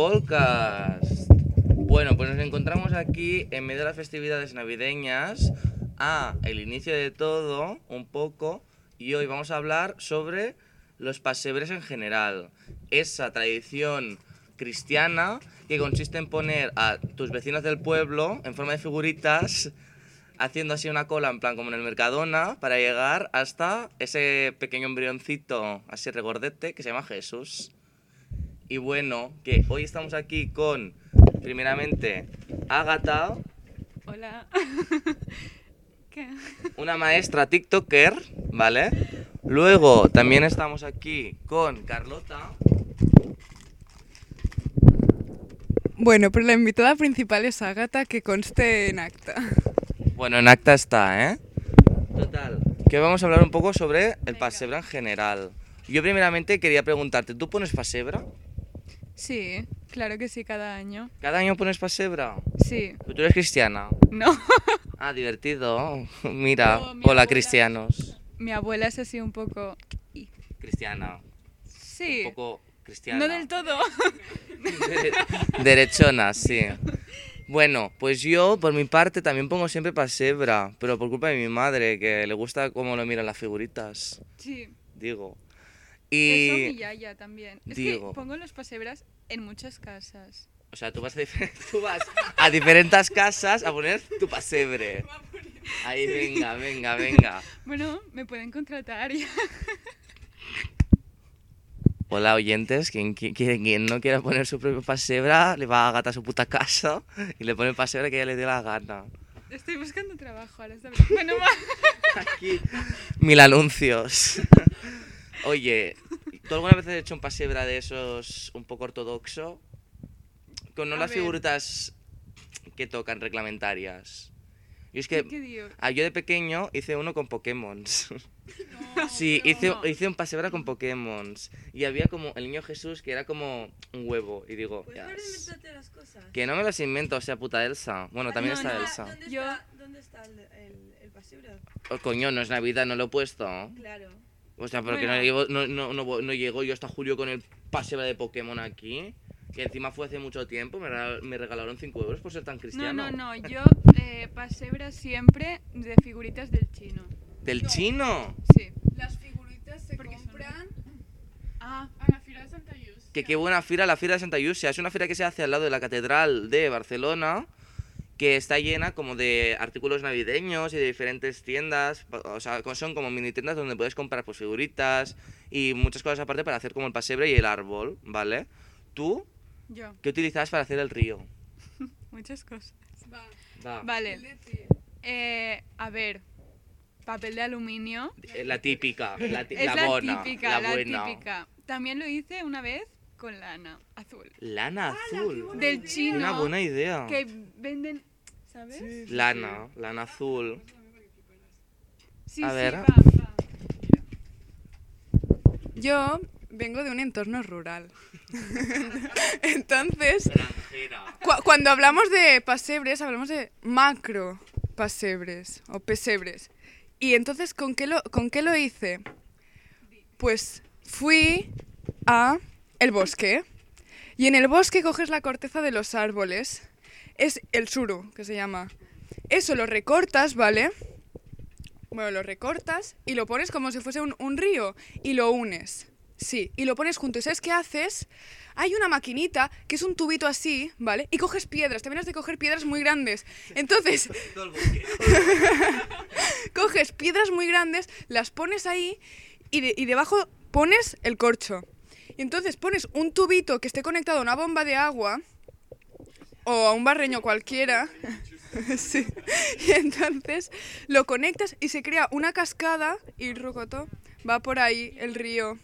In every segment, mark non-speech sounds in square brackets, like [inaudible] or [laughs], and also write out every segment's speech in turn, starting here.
Podcast. Bueno, pues nos encontramos aquí en medio de las festividades navideñas, a el inicio de todo, un poco, y hoy vamos a hablar sobre los pasebres en general, esa tradición cristiana que consiste en poner a tus vecinos del pueblo en forma de figuritas, haciendo así una cola, en plan como en el Mercadona, para llegar hasta ese pequeño embrioncito así regordete que se llama Jesús. Y bueno, que hoy estamos aquí con, primeramente, Ágata, Hola. ¿Qué? una maestra TikToker, ¿vale? Luego también estamos aquí con Carlota. Bueno, pero la invitada principal es Ágata, que conste en acta. Bueno, en acta está, ¿eh? Total. Que vamos a hablar un poco sobre el pasebra en general. Yo primeramente quería preguntarte, ¿tú pones pasebra? Sí, claro que sí, cada año. ¿Cada año pones pasebra? Sí. Pero tú eres cristiana. No. [laughs] Ah, divertido. [laughs] Mira, No, hola mi abuela. cristianos. Mi abuela es así un poco... Cristiana. Sí. Un poco cristiana. No del todo. [laughs] [laughs] Derechona, sí. Bueno, pues yo por mi parte también pongo siempre pasebra, pero por culpa de mi madre, que le gusta cómo lo miran las figuritas, Sí. digo. Eso mi Y... yaya también. Es digo- que pongo los pasebras en muchas casas. O sea, tú vas, a difer- [laughs] tú vas a diferentes casas a poner tu pasebre. Ahí, venga, venga, venga. Bueno, me pueden contratar ya. [laughs] Hola oyentes, quien, qui- quien- quien no quiera poner su propio pasebra, le va a gata a su puta casa y le pone el pasebra que ella le dé la gana. Estoy buscando trabajo ahora. ¿sabes? Bueno, va. Aquí. Mil anuncios. [laughs] Oye, ¿tú alguna vez has hecho un pasebra de esos un poco ortodoxo? Con no A las ver. figuritas que tocan reglamentarias. Y es [laughs] que ¿Qué digo? ah, yo de pequeño hice uno con Pokémon. [laughs] sí, hice, hice un pasebra con Pokémon. Y había como el niño Jesús que era como un huevo. Y digo, Pues Puedes haber "Yas". inventado Pues las cosas. Ah, que no me las invento, o sea, puta Elsa. Bueno, también no, está no, Elsa. ¿Dónde Yo- está, dónde está el, el, el pasibro? Oh, coño, no es Navidad, no lo he puesto. Claro. O sea, porque no, Bueno. llego, no, no, no, vo- no llego yo hasta julio con el paseo de Pokémon aquí. Que encima fue hace mucho tiempo, me, regal- me regalaron 5 euros por ser tan No, cristiano. no, no. Yo eh, pasebra siempre de figuritas del chino. ¡Del chino! Sí. Las figuritas se Porque son- compran Ah, a la Fira de Santa Yus. Que qué buena fira la Fira de Santa Yusia. Es una fira que se hace al lado de la Catedral de Barcelona, que está llena como de artículos navideños y de diferentes tiendas. pa- O sea, co- son como mini tiendas donde puedes comprar pues, figuritas y muchas cosas aparte para hacer como el pasebre y el árbol, ¿vale? ¿Tú yo. qué utilizabas para hacer el río? Muchas cosas. Va, Va, Vale. Leti. Eh, a ver, papel de aluminio. eh, La típica, la, ti- Es la, la bona, típica, la la, buena. típica. También lo hice una vez con lana azul. Ah, Lana azul. Del chino Una buena idea. que venden, ¿sabes? Sí, Lana, lana azul. sí, A ver. va, va. Yo vengo de un entorno rural. [laughs] Entonces, Granjera. cu- cuando hablamos de pasebres, hablamos de macro pasebres o pesebres. Y entonces, ¿con qué lo, con qué lo hice? Pues fui a el bosque. Y en el bosque coges la corteza de los árboles. Es el suru, que se llama. Eso lo recortas, ¿vale? Bueno, lo recortas y lo pones como si fuese un, un río y lo unes. Sí, y lo pones junto. ¿Y sabes qué haces? Hay una maquinita que es un tubito así, ¿vale? Y coges piedras. También has de coger piedras muy grandes. Entonces, Todo el bosque. coges piedras muy grandes, las pones ahí y, de- y debajo pones el corcho. Y entonces pones un tubito que esté conectado a una bomba de agua o a un barreño cualquiera. [laughs] Sí. Y entonces lo conectas y se crea una cascada y rocoto va por ahí el río.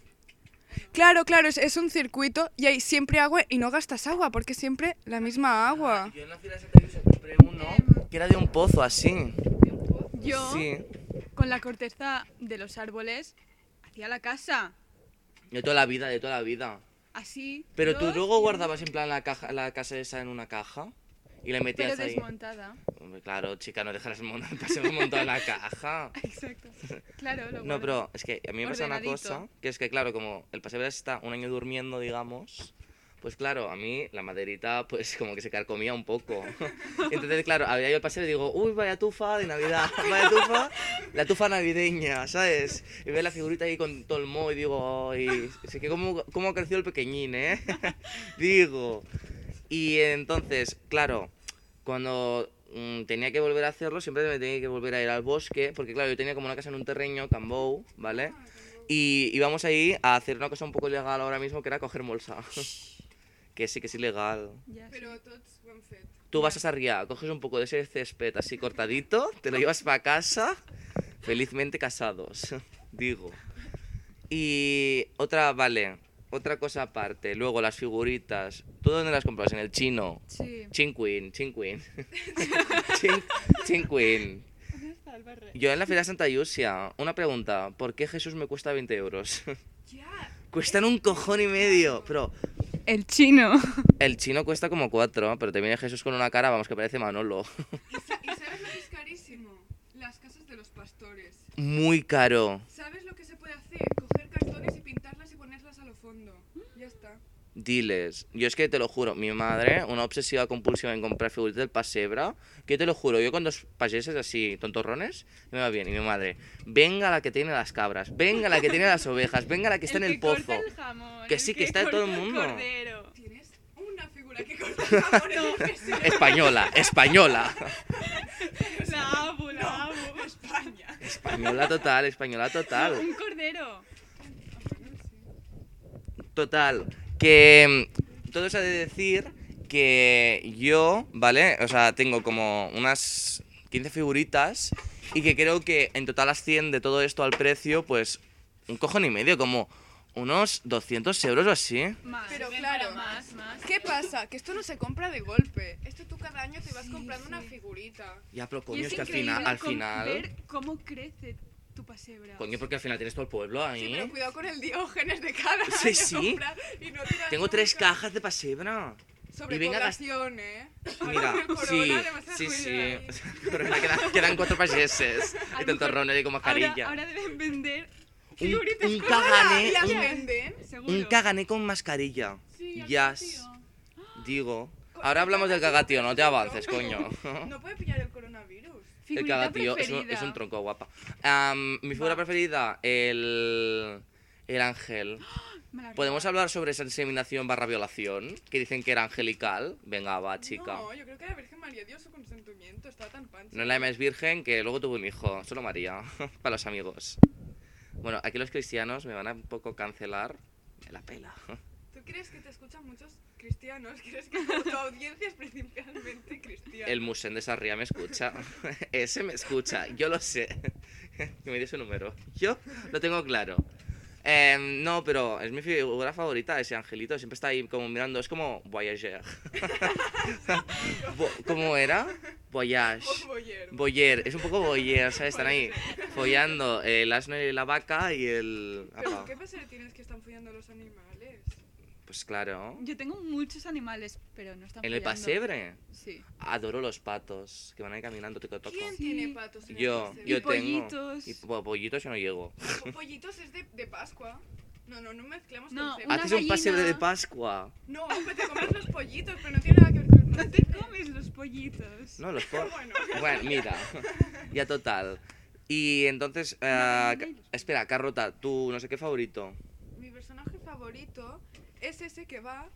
Claro, claro, es, es un circuito y hay siempre agua y no gastas agua porque siempre la misma agua. Yo en la fila de Santa Cruz compré uno que era de un pozo así. Em. Yo Sí. con la corteza de los árboles hacía la casa. De toda la vida, de toda la vida. Así. Pero tú dos, luego guardabas en plan la, caja, la casa esa en una caja y la Pero metías ahí. desmontada. [laughs] Hombre, claro, chica, no dejarás mon- [laughs] el paseo montado en la [laughs] caja. [laughs] Exacto. Claro, lo No, guardo. pero es que a mí me pasa una Ordenadito. cosa, que es que claro, como el paseo está un año durmiendo, digamos, Pues claro, a mí la maderita pues como que se carcomía un poco. Entonces, claro, había yo el paseo y digo, uy, vaya tufa de Navidad, vaya tufa, la tufa navideña, ¿sabes? Y veo la figurita ahí con todo el moho y digo, ay, sé que cómo, cómo ha crecido el pequeñín, ¿eh? [laughs] digo. Y entonces, claro, cuando mm, tenía que volver a hacerlo, siempre me tenía que volver a ir al bosque, porque claro, yo tenía como una casa en un terreno, Cambou, ¿vale? Y íbamos ahí a hacer una cosa un poco ilegal ahora mismo, que era coger molsa. [laughs] que sí, que es ilegal. Ja, sí. Però tots ho hem fet. Tú vas a Sarriá, coges un poco de ese césped así cortadito, te lo llevas para casa, felizmente casados, [laughs] digo. Y otra, vale, otra cosa aparte, luego las figuritas. ¿Tú dónde las compras? ¿En el chino? Sí. Chinquin, Chinquin. [laughs] Chin, Chinquin. Yo en la Feria Santa Yusia, una pregunta, ¿por qué Jesús me cuesta 20 euros? Cuestan un cojón y medio, pero El chino. el chino cuesta como 4, pero te viene Jesús con una cara, vamos, que parece Manolo. [laughs] Y, sa- y sabes lo que es carísimo? Las casas de los pastores. Muy caro. ¿Sabes lo que se puede hacer? Coger cartones y pintarlas y ponerlas a lo fondo. Ya está. Diles, yo es que te lo juro, mi madre, una obsesiva compulsiva en comprar figuritas del pasebra, que yo te lo juro, yo con dos payeses así, tontorrones, me va bien. Y mi madre, venga la que tiene las cabras, venga la que tiene las ovejas, venga [laughs] la que está en el que corta pozo. el jamón, Que el sí, que está corta todo el mundo. cordero. Tienes una figura que corta el jamón en el Brasil. Española, española. [laughs] La amo, la amo. España. Española total, española total. Un cordero. Total. Que mm, todo eso ha de decir que yo, ¿vale? O sea, tengo como unas 15 figuritas y que creo que en total asciende todo esto al precio, pues un cojón y medio, como unos 200 euros o así. Más. Pero venga, claro. Más, más. ¿Qué pasa? Que esto no se compra de golpe. Esto tú cada año te vas comprando una figurita. Ya, pero Y coño, es, que al increíble final, al com- final... Ver cómo crece tu pasebra. Coño, porque al final tienes todo el pueblo Sí, ahí. pero cuidado con el diógenes de cada ¿Ah, eh? Sí, año sí. comprar y no tirar Tengo tres nunca. cajas de pasebra. Sobre Y venga, gast- población, ¿eh? Mira, el corona sí, le vas a sí, sí. [laughs] jubilar. Corona, quedan, quedan cuatro payeses. A Y lo del mejor torrón y con ahora, mascarilla. ahora deben vender un, figuritas un con- cagané, ¿Las Ah, ¿eh? un, venden? Seguro. un cagané con mascarilla. Sí, algo Yas. tío. Digo. Ahora hablamos del cagatío, no te avances, [laughs] coño. No puede pillar el coronavirus. El Figurita cagatío es un, preferida. es un tronco guapa. Am, mi figura Va. preferida, el. El ángel. Me la ¿Podemos hablar sobre esa inseminación barra violación? Que dicen que era angelical. Venga, va, Ah, chica. No, yo creo que la Virgen María dio su consentimiento, estaba tan pancha. No es la más virgen que luego tuvo un hijo, solo María, [laughs] para los amigos. Bueno, aquí los cristianos me van a un poco cancelar. Me la pela. ¿Tú crees que te escuchan muchos cristianos? [laughs] ¿Crees que tu audiencia es principalmente [laughs] cristiana? El Musen de Sarriá me escucha. [laughs] Ese me escucha, yo lo sé. [laughs] Que me dé su número. Yo lo tengo claro. Em, no, pero es mi figura favorita, ese angelito. Siempre está ahí como mirando, es como Voyager. [laughs] Vo- ¿Cómo era? [laughs] Voyage. Boyer. Boyer, es un poco Boyer, ¿sabes? Están ahí follando el asno y la vaca y el. ¿Pero Apa. qué pasa tienes que están follando los animales? Pues claro. Yo tengo muchos animales, pero no están En el follando. pasebre. Sí. Adoro los patos que van ahí caminando, toco toco. ¿Quién Sí. tiene patos en Yo, el yo Y tengo. pollitos. Y po- pollitos yo no llego. paseo? Pollitos es de, de Pascua. No, no, no mezclemos No, conceptos. una- Haces un paseo de gallina. Pascua. No, pues te comes los pollitos, pero no tiene nada que ver con el [laughs] No te comes los pollitos. No, los po- Bueno, Bueno, mira. [laughs] Ya total. Y entonces. eh, no, no, no. espera, Carrota, tú no sé qué favorito. mi personaje favorito es ese que va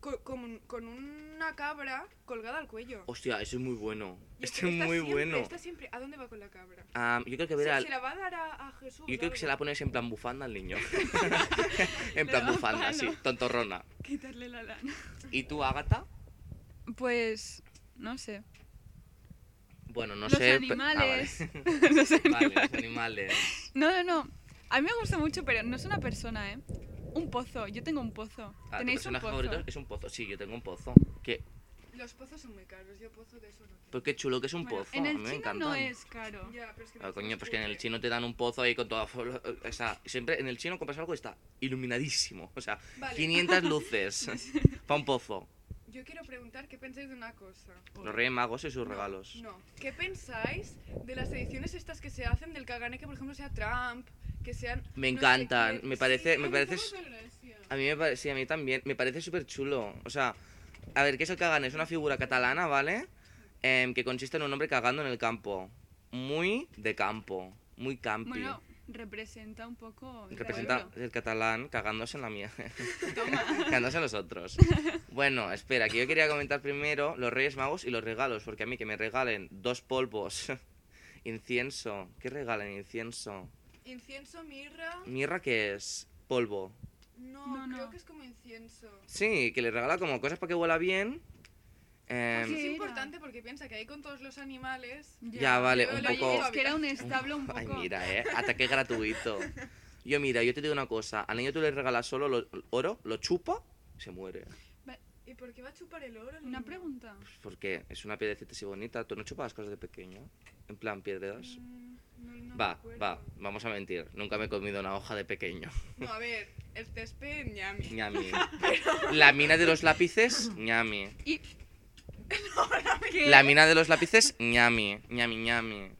co- con, con una cabra colgada al cuello. Hostia, eso es muy bueno. Y Este Oh, es está muy siempre- bueno. Está siempre. ¿A dónde va con la cabra? Ah, yo creo que Se, verá. se la va a dar a, a Jesús. Yo creo que se la algo. pones en plan bufanda al niño. [laughs] en [laughs] Le plan da un bufanda, palo. sí, tontorrona. Quitarle la lana. ¿Y tú, Ágata? Pues, no sé. Bueno, no los sé. pe- ah, animales. [laughs] los vale. animales. Vale, los animales. No, no, no. A mí me gusta mucho, pero no es una persona, ¿eh? Un pozo. Yo tengo un pozo. Ah, ¿Tu ¿Tenéis un personaje pozo? favorito es un pozo? Sí, yo tengo un pozo. ¿Qué? Los pozos son muy caros. Yo pozo de eso no tengo. Pero Pues qué chulo que es un Bueno, pozo. en a el mí me chino encanta. no es caro. Ya, pero es que Ah, no coño, sé pues que en el qué. chino te dan un pozo ahí con toda... O sea, siempre en el chino compras algo y está iluminadísimo. O sea, Vale. 500 [laughs] luces para un pozo. Yo quiero preguntar qué pensáis de una cosa. Los reyes magos y sus regalos. No. ¿Qué pensáis de las ediciones estas que se hacen del Kagané que por ejemplo sea Trump, que sean Me no sé encantan, qué? me parece- Sí, me a mí parece me s- hace gracia. A mí me parece, sí, a mí también, me parece súper chulo. O sea, a ver, ¿qué es el cagán? Es una figura catalana, ¿vale? Em, que consiste en un hombre cagando en el campo. Muy de campo, muy campi. Bueno, representa un poco. el Representa pueblo. el catalán cagándose en la [laughs] mía. [laughs] cagándose en los otros. Bueno, espera, que yo quería comentar primero los Reyes Magos y los regalos, porque a mí que me regalen dos polvos, [laughs] incienso, ¿qué regalan incienso? Incienso, mirra. ¿Mirra qué es? Polvo. No, No, no. creo que es como incienso. Sí, que le regala como cosas para que huela bien. Em, Sí, es ¿Qué era? importante porque piensa que hay con todos los animales. ya vale, yo un lo Oye, poco... Es que era un establo un [laughs] poco. Ay, mira, eh, ataque [laughs] gratuito. Yo mira, yo te digo una cosa, al niño tú le regalas solo lo- oro, lo chupa, se muere. ¿Y por qué va a chupar el oro? el Una niño? pregunta. Pues porque es una piedrecita así bonita. ¿Tú no chupabas cosas de pequeño? En plan, piedras. Mm, no, no me va, acuerdo. va, vamos a mentir. Nunca me he comido una hoja de pequeño. [laughs] No, a ver, el césped, ñami. Ñami. La mina de los lápices, ñami. Y. [laughs] La mina de los lápices, ñami. Ñami, ñami.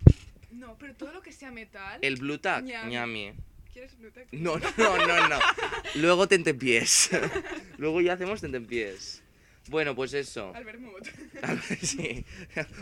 No, pero todo lo que sea metal. El blue tack, Ñami. ñami. ¿Quieres fruta? No, no, no, no. Luego tentempiés. [laughs] Luego ya hacemos tentempiés. Bueno, pues eso. Albert Mood. [laughs] sí.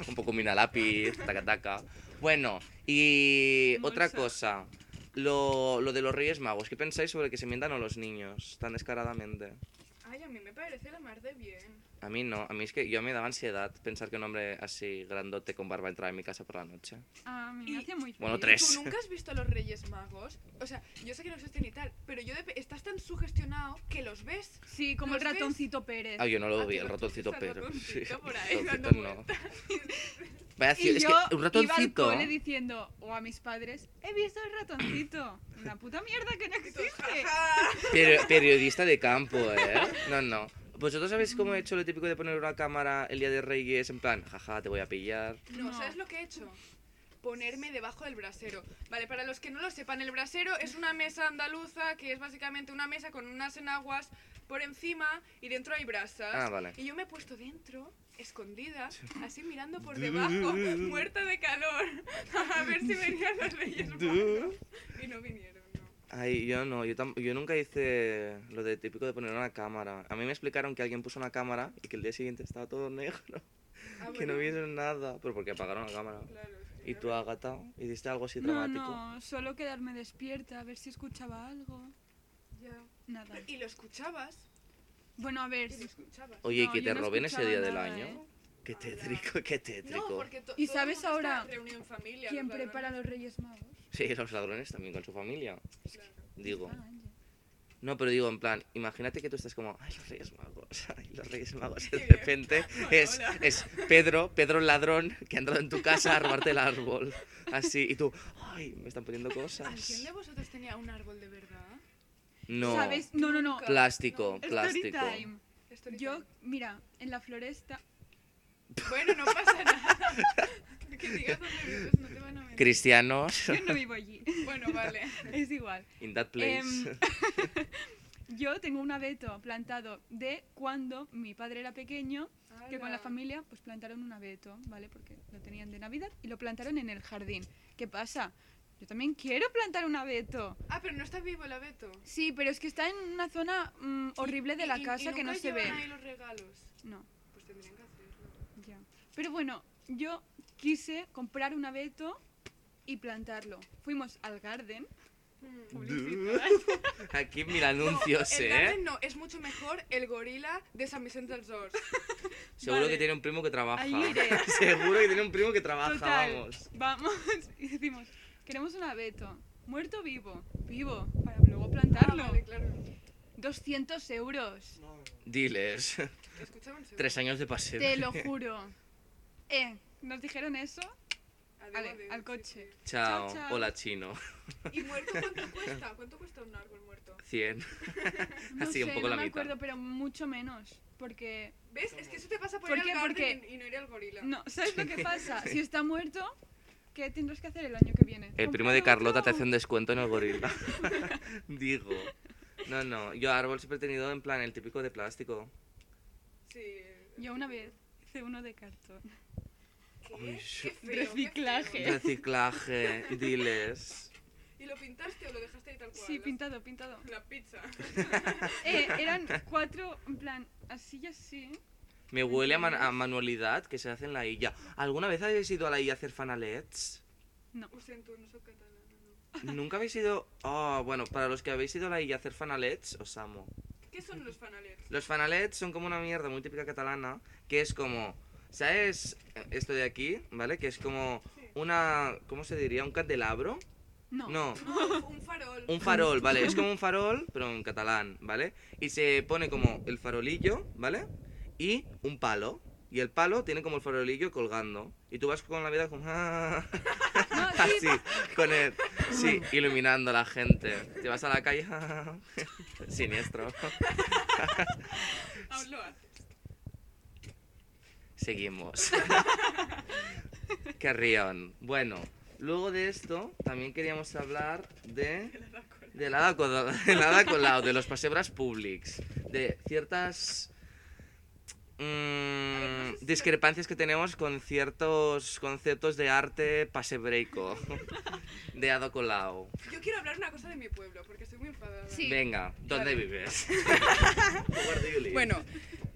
Un poco mina lápiz, taca taca. Bueno, y otra Bolsa. cosa. Lo, lo de los Reyes Magos. ¿Qué pensáis sobre que se mientan a los niños tan descaradamente? [laughs] Ay, a mí me parece la mar de bien. A mí no, a mí es que yo me daba ansiedad pensar que un hombre así grandote con barba entraba en mi casa por la noche. Ah, A mí Y- me hace muy Bueno, feliz. tres. ¿Tú nunca has visto a los Reyes Magos? O sea, yo sé que no existen y tal, pero yo de pe- estás tan sugestionado que los ves. Sí, como el ¿Los ves? ratoncito Pérez. Ah, yo no lo Ah, vi, tío, el tú ratoncito tienes al pero. [laughs] ratoncito sí, por ahí el dando ratoncito no. [laughs] Vaya, Y tío, es yo que un ratoncito. iba al cole diciendo, o a mis padres, he visto el ratoncito. [coughs] Una puta mierda que no existe. Ah. Pero- periodista de campo, ¿eh? No, no. Pues ¿Vosotros sabéis cómo he hecho lo típico de poner una cámara el día de Reyes en plan, jaja, te voy a pillar? No, No. ¿sabes lo que he hecho? Ponerme debajo del brasero. Vale, para los que no lo sepan, el brasero es una mesa andaluza que es básicamente una mesa con unas enaguas por encima y dentro hay brasas. Ah, vale. Y yo me he puesto dentro, escondida, así mirando por debajo, muerta de calor, [laughs] a ver si venían los Reyes Magos. Y no vinieron, no. Ay, yo no, yo, tam- yo nunca hice lo de típico de poner una cámara. A mí me explicaron que alguien puso una cámara y que el día siguiente estaba todo negro, Ah, que no bueno, vieron nada, pero porque apagaron la cámara. claro, es que ¿Y ya tú, ves. Agata, hiciste algo así No, dramático? no, solo quedarme despierta, a ver si escuchaba algo. Ya. Nada. Y lo escuchabas, Bueno, a ver. y lo si- escuchabas. Oye, No, que yo te no roben ese escuchaba día del nada, año. ¿eh? Qué tétrico, qué tétrico. No, porque to- ¿Y todo el sabes mundo está ahora reunido en familia, ¿Quién los ladrones. prepara los Reyes Magos? Sí, los ladrones también con su familia. Claro. Digo. Ah, Ángel. No, pero digo, en plan, imagínate que tú estás como, ay, los Reyes Magos, [laughs] ay, los [laughs] Reyes Magos. Y de bien. repente es, es Pedro, Pedro el ladrón, que ha entrado en tu casa a robarte el árbol. Así, y tú, ay, me están poniendo ¿Alguien cosas. de vosotros tenía un árbol de verdad? No, ¿Sabes? No, no, no. Nunca. plástico, Story plástico. time. Story Yo, time. mira, en [laughs] la floresta. [laughs] Bueno, no pasa nada. [laughs] que digas dónde vives, no te van a mentir. Cristianos, Yo no vivo allí. [laughs] Bueno, vale. Es igual. in that place. [laughs] Em, Yo tengo un abeto plantado de cuando mi padre era pequeño que con la Ala. familia pues plantaron un abeto, ¿vale? Porque lo tenían de Navidad y lo plantaron en el jardín. ¿Qué pasa? Yo también quiero plantar un abeto. Ah, pero no está vivo el abeto. Sí, pero es que está en una zona mm, horrible de Y- la y- casa y que no nunca se ve. llevan ahí los regalos. No, Pues tendrían que hacerlo. ya. Pero bueno, yo quise comprar un abeto y plantarlo. Fuimos al garden. Hmm. publicidad. Aquí mil anuncios, el ¿eh? Garden no, es mucho mejor el gorila de San Vicente del Ah, Sors. Seguro Vale. que tiene un primo que trabaja. Ahí iré. [laughs] Seguro que tiene un primo que trabaja, Total, vamos. vamos. [laughs] Y decimos, queremos un abeto. Muerto o vivo. Vivo. Para luego plantarlo. Ah, vale, claro. 200 euros. Diles. Escuchaba un [laughs] segundo. Tres años de paseo. Te lo juro. Eh, nos dijeron eso. Adiós, Vale, adiós, al sí, coche. Chao. Chao, chao. Hola, chino. sí. ¿Y muerto cuánto cuesta? ¿Cuánto cuesta un árbol muerto? 100. No Así, sé, un poco no la me mitad. acuerdo, pero mucho menos. Porque, ¿Ves? Es que eso te pasa por, ¿Por ir qué? al garden Porque- y y no ir al gorila. no, ¿sabes lo que pasa? Si está muerto, ¿qué tendrás que hacer el año que viene? El primo de Carlota te hace hacen un descuento en el gorila. [laughs] Digo. No, no. Yo árbol siempre he tenido en plan el típico de plástico. Sí. Yo una vez hice uno de cartón. ¿Qué? Uy, Qué feo, qué feo. Reciclaje. Reciclaje. Diles. ¿Y lo pintaste o lo dejaste ahí tal cual? Sí, Las- pintado, pintado. [laughs] La pizza. Eh, eran cuatro, en plan, así y así. Me huele a, man- a manualidad que se hace en la Illa. ¿Alguna vez habéis ido a la Illa a hacer fanalets? Ho sento, no soy catalana. no. ¿Nunca habéis ido...? Oh, bueno, para los que habéis ido a la Illa a hacer fanalets, os amo. ¿Qué son los fanalets? Los fanalets son como una mierda muy típica catalana, que es como... ¿Sabes esto de aquí? ¿Vale? Que es como [laughs] una... ¿Cómo se diría? ¿Un candelabro? No. No. No, Ah, un farol. Un farol, ¿vale? Es como un farol, pero en catalán, ¿vale? Y se pone como el farolillo, ¿vale? Y un palo. Y el palo tiene como el farolillo colgando. Y tú vas con la vida como... [laughs] Así, con él. Sí, iluminando a la gente. Te vas a la calle... [laughs] Siniestro. Aún lo haces. Seguimos. Carrión. Bueno, luego de esto también queríamos hablar de... De la Colau, de la Colau, de los pasebras públicos, de ciertas mm, no sé si- discrepancias que tenemos con ciertos conceptos de arte pasebreico de Ada Colau. Yo quiero hablar una cosa de mi pueblo, porque estoy muy enfadada. Sí. Venga, ¿dónde [laughs] vives? Where do you live? Bueno,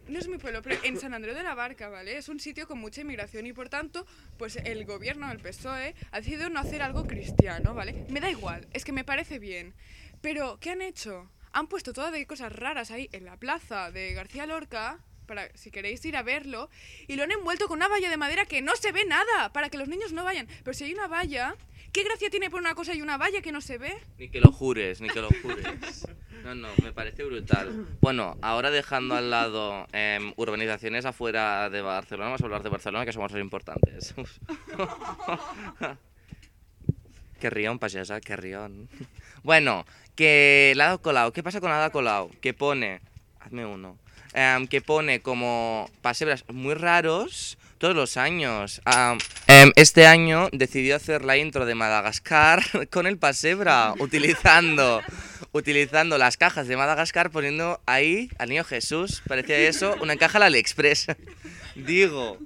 no es mi pueblo, pero en San Andreu de la Barca, ¿vale? Es un sitio con mucha inmigración y por tanto, pues el gobierno, el PSOE, E, ha decidido no hacer algo cristiano, ¿vale? Me da igual, es que me parece bien. Pero, ¿qué han hecho? Han puesto todas de cosas raras ahí en la plaza de García Lorca, para si queréis ir a verlo, y lo han envuelto con una valla de madera que no se ve nada, para que los niños no vayan. Pero si hay una valla, ¿qué gracia tiene por una cosa y una valla que no se ve? Ni que lo jures, ni que lo jures. No, no, me parece brutal. Bueno, ahora dejando al lado em, urbanizaciones afuera de Barcelona, vamos a hablar de Barcelona, que somos los importantes. [laughs] qué rión, payasa, qué rión. Bueno, que el Ada Colau, ¿qué pasa con Ada Colau? Que pone, hazme uno, em, que pone como pasebras muy raros todos los años. Am, em, este año decidió hacer la intro de Madagascar [laughs] con el pasebra, utilizando, utilizando las cajas de Madagascar, poniendo ahí al niño Jesús, parecía eso, una caja al AliExpress. [laughs] Digo,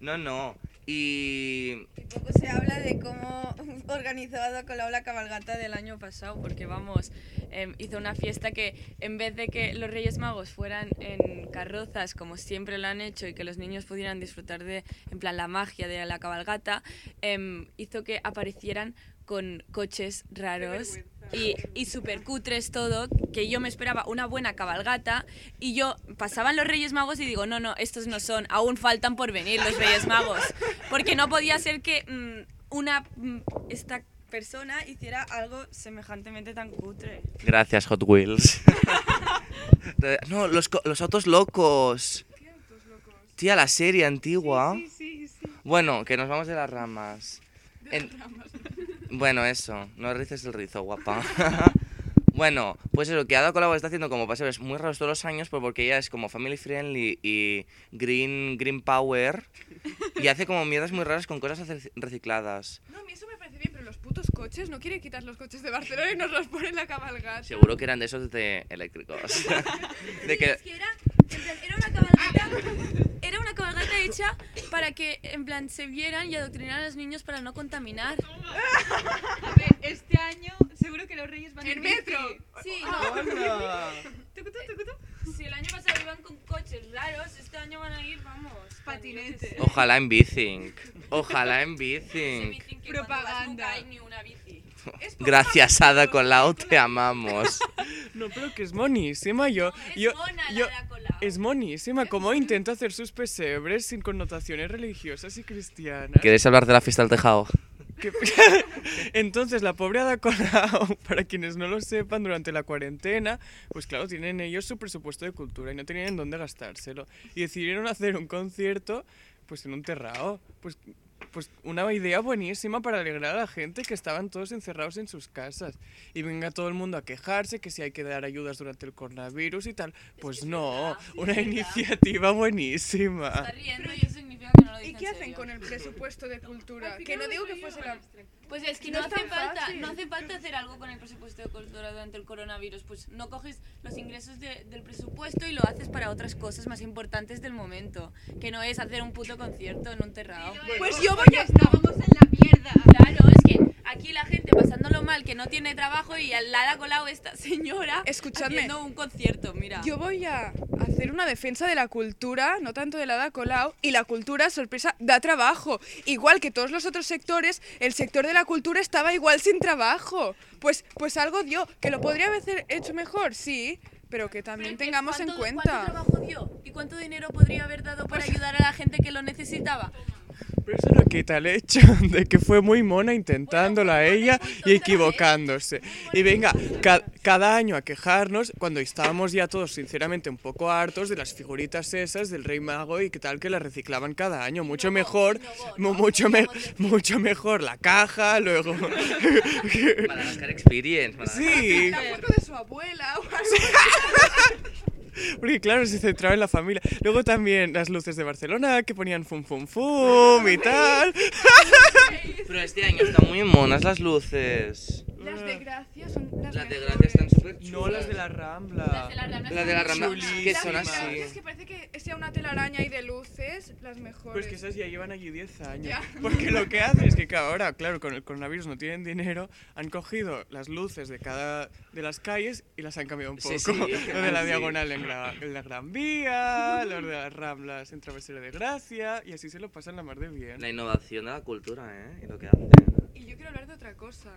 no, no. Y Y poco se habla de cómo [laughs] organizó Ada Colau la cabalgata del año pasado, porque vamos, em, hizo una fiesta que en vez de que los Reyes Magos fueran en carrozas, como siempre lo han hecho, y que los niños pudieran disfrutar de, en plan, la magia de la cabalgata, em, hizo que aparecieran con coches raros y, y super cutres todo, que yo me esperaba una buena cabalgata y yo pasaban los Reyes Magos y digo, no, no, estos no son, aún faltan por venir los Reyes Magos, porque no podía ser que mm, una, mm, esta persona hiciera algo semejantemente tan cutre. Gracias, Hot Wheels. [laughs] De- no, los, co- los autos locos. Tía, la serie antigua. Sí, sí, sí. Bueno, que nos vamos de las ramas. En- Bueno, eso. No rices el rizo, guapa. [laughs] bueno, pues eso, que Ada Colau está haciendo como paseos muy raros todos los años, pero porque ella es como family friendly y green, green power. Y hace como mierdas muy raras con cosas rec- recicladas. No, a mí eso me parece bien, pero los putos coches no quieren quitar los coches de Barcelona y nos los ponen en la cabalgata. Seguro que eran de esos de eléctricos. [laughs] de que Es que era, en plan, era una cabalgata, era una cabalgata hecha para que en plan se vieran y adoctrinaran a los niños para no contaminar. A ver, este año seguro que los reyes van En bici. metro. Sí, [laughs] Eh, Tucu, tucu, tucu, tucu. si el año pasado iban con coches raros, este año van a ir, vamos, con, Patinetes. yo qué sé, Ojalá en Bicing. Ojalá en Bicing. bici que cuando vas Propaganda. nunca hay ni una bici. Es por- Gracias, Ada Colau, te amamos. No, pero que es monísima. Yo, yo, es mona yo- la de la cola. es monísima. ¿Cómo intenta hacer sus pesebres sin connotaciones religiosas y cristianas? ¿Queréis hablar de la fiesta del tejado? Que- [laughs] Entonces, la pobre Ada Colau, [laughs] para quienes no lo sepan, durante la cuarentena, pues claro, tienen ellos su presupuesto de cultura y no tenían en dónde gastárselo. Y decidieron hacer un concierto, pues en un terrao. Pues, pues una idea buenísima para alegrar a la gente que estaban todos encerrados en sus casas. Y venga todo el mundo a quejarse que si hay que dar ayudas durante el coronavirus y tal. Pues no, una iniciativa buenísima. Está riendo y eso significa que no lo ¿Y dicen qué hacen serio. con el presupuesto de cultura? Al Que no final digo lo que llevan fuese la... Pues es que No no, es hace tan falta, fácil. no hace falta hacer algo con el presupuesto de cultura durante el coronavirus. Pues no coges los ingresos de- del presupuesto y lo haces para otras cosas más importantes del momento, que no es hacer un puto concierto en un terrado. Pues yo voy a estábamos en la mierda. Claro, es que aquí la gente pasándolo mal, que no tiene trabajo y al lado ha colado esta señora Escuchadme. haciendo un concierto, mira. Yo voy a hacer una defensa de la cultura, no tanto de la da Colau, y la cultura, sorpresa, da trabajo. Igual que todos los otros sectores, el sector de la cultura estaba igual sin trabajo. Pues, pues algo dio, que lo podría haber hecho mejor, sí, pero que Pero también que tengamos en ¿cuánto- cuenta. Pues- ¿Cuánto trabajo dio? ¿Y cuánto dinero podría haber dado para ayudar a la gente que lo necesitaba? Pero eso no quita el hecho [laughs] de que fue muy mona intentándola a ella y equivocándose. Y venga, ca- cada año a quejarnos cuando estábamos ya todos sinceramente un poco hartos de las figuritas esas del Rey Mago y qué tal que las reciclaban cada año. Mucho mejor, mu- mucho, me- mucho mejor la caja, [laughs] luego... Madagascar Experience. Madagascar. Sí, La foto de su abuela o algo. Porque claro, se centraba en la familia. Luego también las luces de Barcelona que ponían fum fum fum y tal. Pero este año están muy monas las luces. Las Mm. desgracias son las Las de mejores. Gracia están súper chulas. No las de la Rambla. Las de la Rambla, que son Las así. desgracias que parece que sea una telaraña y de luces, las mejores. Pues que esas ya llevan allí 10 años. Ya. [laughs] Porque lo que hacen es que ca- ahora, claro, con el coronavirus no tienen dinero, han cogido las luces de cada de las calles y las han cambiado un Sí, poco. sí, Ah, [laughs] lo de la sí. diagonal en la, en la Gran Vía, los de las Ramblas en Travesera de Gracia, y así se lo pasan la mar de bien. La innovación de la cultura, ¿eh? Y lo que hace. Y yo quiero hablar de otra cosa.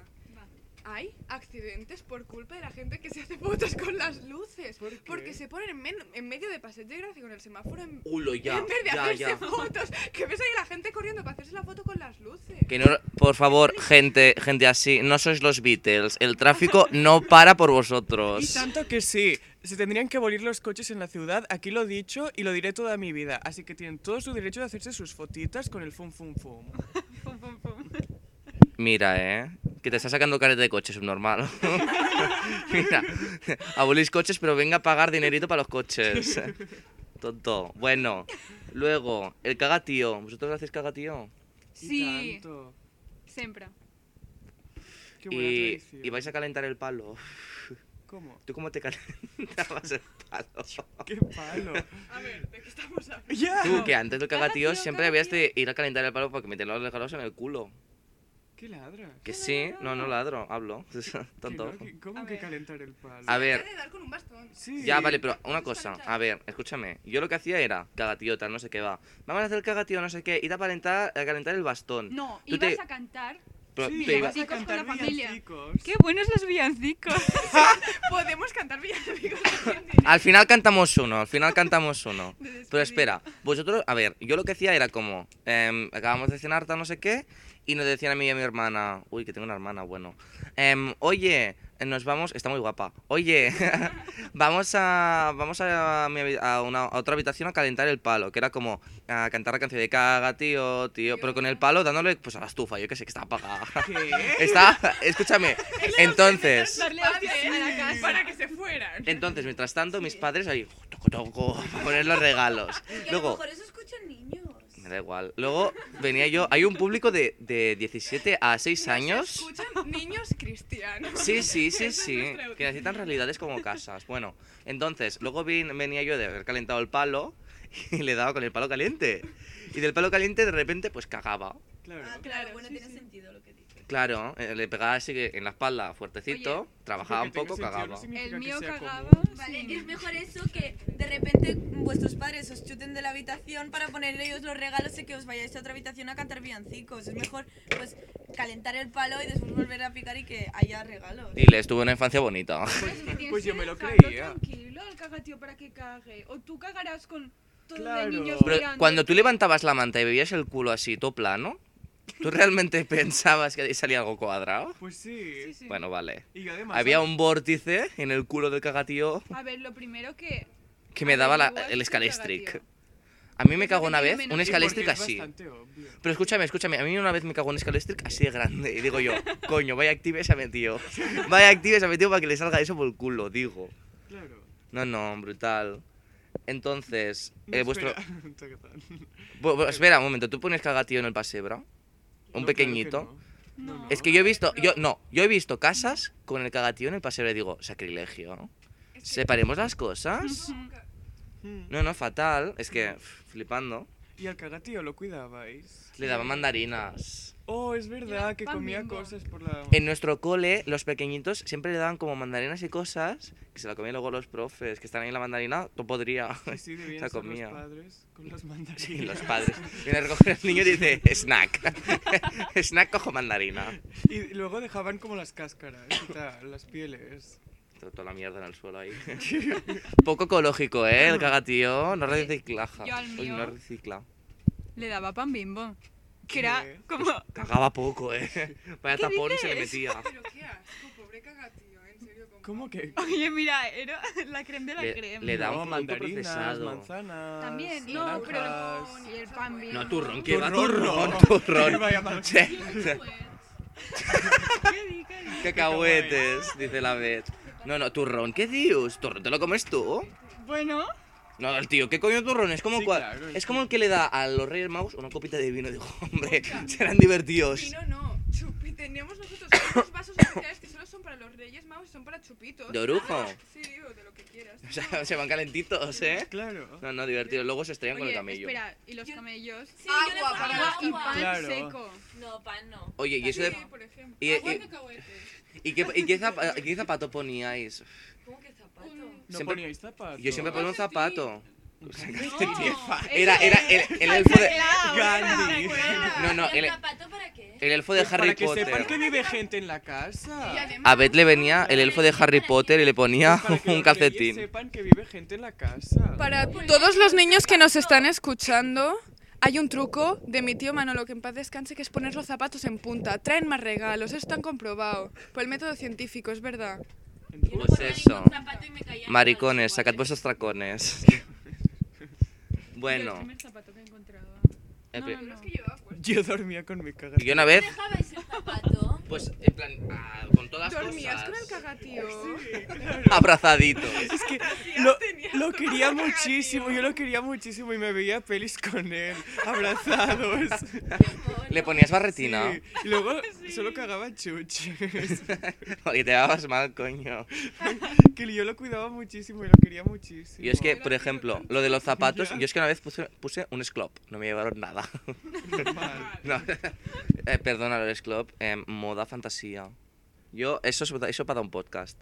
Hay accidentes por culpa de la gente que se hace fotos con las luces. ¿Por qué? Porque se ponen en, men- en medio de pases de gracia con el semáforo en, Ulo, ya. en vez de Ya, hacerse ya. fotos. Que ves ahí la gente corriendo para hacerse la foto con las luces. Que no, por favor, gente, gente así, no sois los Beatles. El tráfico no para por Y vosotros. tanto que sí, se tendrían que abolir los coches en la ciudad, aquí lo he dicho y lo diré toda mi vida, así que tienen todo su derecho de hacerse sus fotitas con el fum fum fum. Pum, pum, pum. Mira, ¿eh? Que te está sacando careta de coche, subnormal. [laughs] Mira, abolís coches, pero venga a pagar dinerito para los coches. Tonto. Bueno, luego, el cagatío. ¿Vosotros hacéis cagatío? Y Sí, tanto. siempre. Qué buena Y, tradición. y vais a calentar el palo. ¿Cómo? ¿Tú cómo te [laughs] calentabas el palo? ¡Qué palo! A ver, ¿de qué estamos hablando? ¡Ya! Tú, que antes del cagatío Cagatío, siempre habías de ir a calentar el palo para que meter los regalos en el culo. ¡Qué ladra! Que sí, no, no ladro, hablo. [laughs] Tonto. Que no, que- ¿Cómo A que ver. calentar el palo? A ver, Te ha de dar con un bastón. Sí. Ah, ya vale, pero una cosa. A ver, escúchame. Yo lo que hacía era cagatío, tal, no sé qué va. Vamos a hacer cagatío, no sé qué. Ir a calentar, a calentar el bastón. No, Tú ibas te- a cantar. Pero Sí, te iba- vas a Chicos con cantar la familia. villancicos. Qué buenos los villancicos. Podemos cantar villancicos. Al final cantamos uno, al final cantamos [laughs] uno. Pero espera, vosotros, a ver, yo lo que hacía era como, em, acabamos de cenar, tal, no sé qué, y nos decían a mí y a mi hermana, uy, que tengo una hermana, bueno, em, oye, nos vamos, está muy guapa, oye, [laughs] vamos a, vamos a, mi habi- a una, a otra habitación a calentar el palo, que era como a cantar la canción de caga, tío, tío, pero con el palo dándole, pues a la estufa, yo que sé, que está apagada. [laughs] ¿Qué? Está, escúchame, entonces... Darle hostias a la casa. Para que se fueran. Entonces, mientras tanto, mis padres ahí, toco, toco, a poner los regalos. Luego, eso escuchan niños. me da igual. Luego venía yo, hay un público de, de 17 a 6 años. Escuchan niños cristianos. Sí, sí, sí, Esa es sí. nuestra Que necesitan realidades como casas. Bueno, entonces, luego vin- venía yo de haber calentado el palo y le daba con el palo caliente. Y del palo caliente de repente pues cagaba. Ah, Ah, Claro. claro, bueno, tiene sentido lo que dices. Claro, eh, le pegaba así que en la espalda fuertecito, trabajaba un Porque tenga poco, sentido, no cagaba. significa El que mío sea común. cagaba. Vale, sí. es mejor. mejor eso que de repente vuestros padres os chuten de la habitación para poner ellos los regalos y que os vayáis a otra habitación a cantar villancicos. Es mejor pues calentar el palo y después volver a picar y que haya regalos. Dile, estuve una infancia bonita. Pues yo me lo creía. tranquilo al cagatío para que cague. O tú cagarás con todo Claro. de niños Pero mirando. cuando tú levantabas la manta y veías el culo así, todo plano, ¿tú realmente [laughs] pensabas que ahí salía algo cuadrado? Pues sí. Sí, sí. Bueno, vale. Y además... Había un vórtice en el culo del cagatío A ver, lo primero que... que me daba la- el escalestric. A mí me cagó una vez un Sí, porque escalestric es así. bastante obvio. Pero escúchame, escúchame, a mí una vez me cagó un escalestric así de grande. Y [laughs] digo yo, coño, vaya active se ha metido. Vaya active se ha metido para que le salga eso por el culo, digo. Claro. No, no, brutal. Entonces, eh, No, vuestro... espera, [laughs] un tacatán. bu- bu- espera un momento, ¿tú pones cagatío en el pasebra? Un No, pequeñito. claro que no. No. Es que yo he visto, yo no, yo he visto casas con el cagatío en el paseo y digo, sacrilegio. Separemos las cosas. Mm. No, no, fatal. Es que pff, flipando. Y al cagatío lo cuidabais. Le daba mandarinas. Oh, es verdad que pan comía Bimbo. cosas por la. En nuestro cole, los pequeñitos siempre le daban como mandarinas y cosas, que se la comían luego los profes, que están ahí en la mandarina, tú podría. Sí, sí, debían la ser comía. los padres con las [laughs] mandarinas. Sí, [laughs] los padres. Viene a recoger al niño y dice, snack. [laughs] snack cojo mandarina. Y luego dejaban como las cáscaras y tal, las pieles. Está Toda la mierda en el suelo [laughs] ahí. Poco ecológico, ¿eh? El cagatío. No reciclaja. Yo al Uy, mío. no recicla. Le daba pan bimbo. Que era ¿Qué? como... [laughs] Cagaba poco, [laughs] ¿eh? Vaya ¿Qué tapón se le dices? metía. Pero qué asco, pobre cagatío, en serio. con ¿Cómo que? Oye, mira, era la creme de la Le- creme. le da No, un producto mandarinas, procesado. manzanas. También, no, pero Ah, naranjas. no. Y el pan bimbo. No, [laughs] turrón, que va Turrón, [laughs] turrón, no. turrón. Vaya [laughs] mal. Sí. Cacahuetes, dice la vez. No, no, turrón, ¿qué dios? ¿Turrón te lo comes tú? Bueno, No, el tío, ¿qué coño turrón? Es como Sí, cua- claro, es es como el que le da a los Reyes Magos una copita de vino. Digo, hombre, serán divertidos. Vino no, chupi. Tenemos nosotros unos vasos especiales que solo son para los Reyes Magos y son para chupitos. Ah, De orujo. Sí, digo, de lo que quieras. O sea, se van calentitos, ¿eh? Claro. No, no, divertidos. Luego se estrellan con el oye, camello. espera, ¿y los camellos? Sí, yo le Agua ponía para- Agua y agua. pan Claro. seco. No, pan no. Oye, ¿y eso de- Sí, por ejemplo. Ah, y- Agua y- de cacahuetes. ¿Y qué, y qué zapa- qué zapato poníais? ¿Cómo que zapato? No No Siempre- poníais zapatos. Yo siempre ponía un zapato. Era, Era, era el, el elfo de... Ah, Gandhi. No, no, el, zapato para qué? el elfo de Harry Pues Para que sepan que Potter. vive gente en la Y casa. además, A Beth le venía el elfo de Harry Potter y le ponía Pues Para que un los reyes calcetín. sepan que vive gente en la casa. Para todos los niños que nos están escuchando, hay un truco de mi tío Manolo, que en paz descanse, que es poner los zapatos en punta. Traen más regalos, eso está comprobado. Por el método científico, es verdad. Yo no Pues ponía eso. ningún zapato y me caía en Maricones, los sacad iguales. vuestros tracones. El Bueno, primer zapato que he encontrado. el No, pri- no, no. Yo dormía con mi caga. yo una vez, ¿Dejabais el zapato? pues en plan, ah, con todas las ¿Dormías con el cosas, cagatío? abrazaditos. Es que lo, lo quería muchísimo, yo lo quería muchísimo y me veía pelis con él, abrazados. Le ponías barretina. Sí, Y [laughs] luego solo cagaba [laughs] chuches. Porque te dabas mal, coño. Que yo lo cuidaba muchísimo y lo quería muchísimo. Yo es que, por ejemplo, lo de los zapatos, yo es que una vez puse, puse un sclop, no me llevaron nada. Normal. No. [laughs] Eh, perdona, los sclop, em, moda fantasía. Yo, eso es eso para un podcast.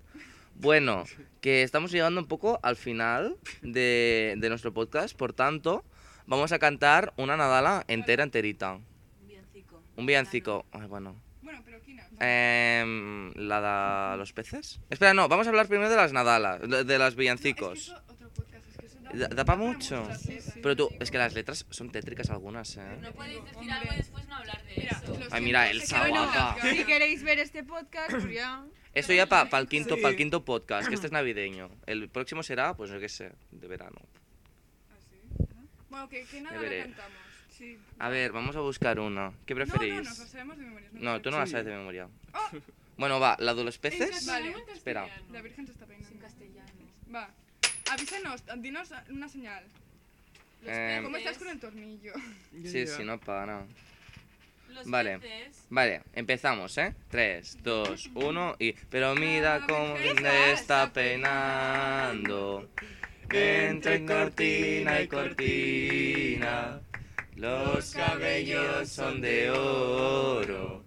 Bueno, que estamos llegando un poco al final de, de nuestro podcast, por tanto, vamos a cantar una nadala entera, enterita. Biencico. Un villancico. Ay, bueno. Bueno, pero Kina. Em, la de los peces. Espera, no, vamos a hablar primero de las nadalas, de, de las villancicos. Es que eso, otro podcast, es que eso da, Da- da pa' mucho. muchas Sí, letras. sí. Pero tú, es que las letras son tétricas algunas, ¿eh? No podéis decir Hombre. algo y después no hablar de Mira, eso. lo Ay, mira, siento, el sé que no sabata. es Si gracioso. queréis ver este podcast, pues ya. Eso ya para el quinto, Sí. pa'l quinto podcast, que este es navideño. El próximo será, pues yo qué sé, de verano. Bueno, que, que nada Ya la veré. cantamos. Sí. A ver, vamos a buscar una. ¿Qué No, no, Oh. nos la preferís? sabemos de memoria. No, tú no la Sí. sabes de memoria. Bueno, va, la de los peces. Vale. Espera. La Virgen se está peinando. En castellano. Va. Avísanos, dinos una señal. Los Eh, ¿Cómo estás peces, con el tornillo? Ya, Sí, ya. sí, no para. Los Vale. peces. Vale, empezamos, ¿eh? 3, 2, 1 y... Pero mira cómo Esa, está está peinando. Entre cortina y cortina. Los cabellos son de oro.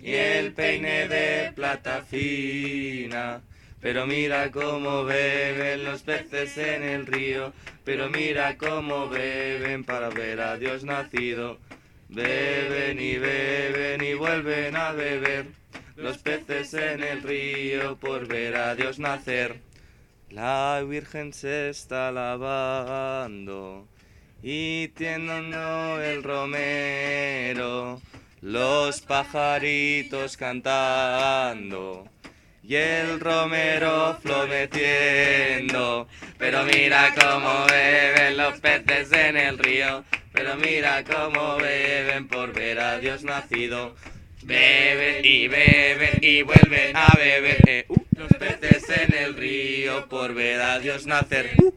Y el peine de plata fina. Pero mira cómo beben los peces en el río. Pero mira cómo beben para ver a Dios nacido. Beben y beben y vuelven a beber los peces en el río por ver a Dios nacer. La Virgen se está lavando y tiendo el romero, los pajaritos cantando y el romero floreciendo. Pero mira cómo beben los peces en el río, pero mira cómo beben por ver a Dios nacido. Beben y beben y vuelven a beber. Eh, uh. Los peces en el río por ver a Dios nacer. Uh.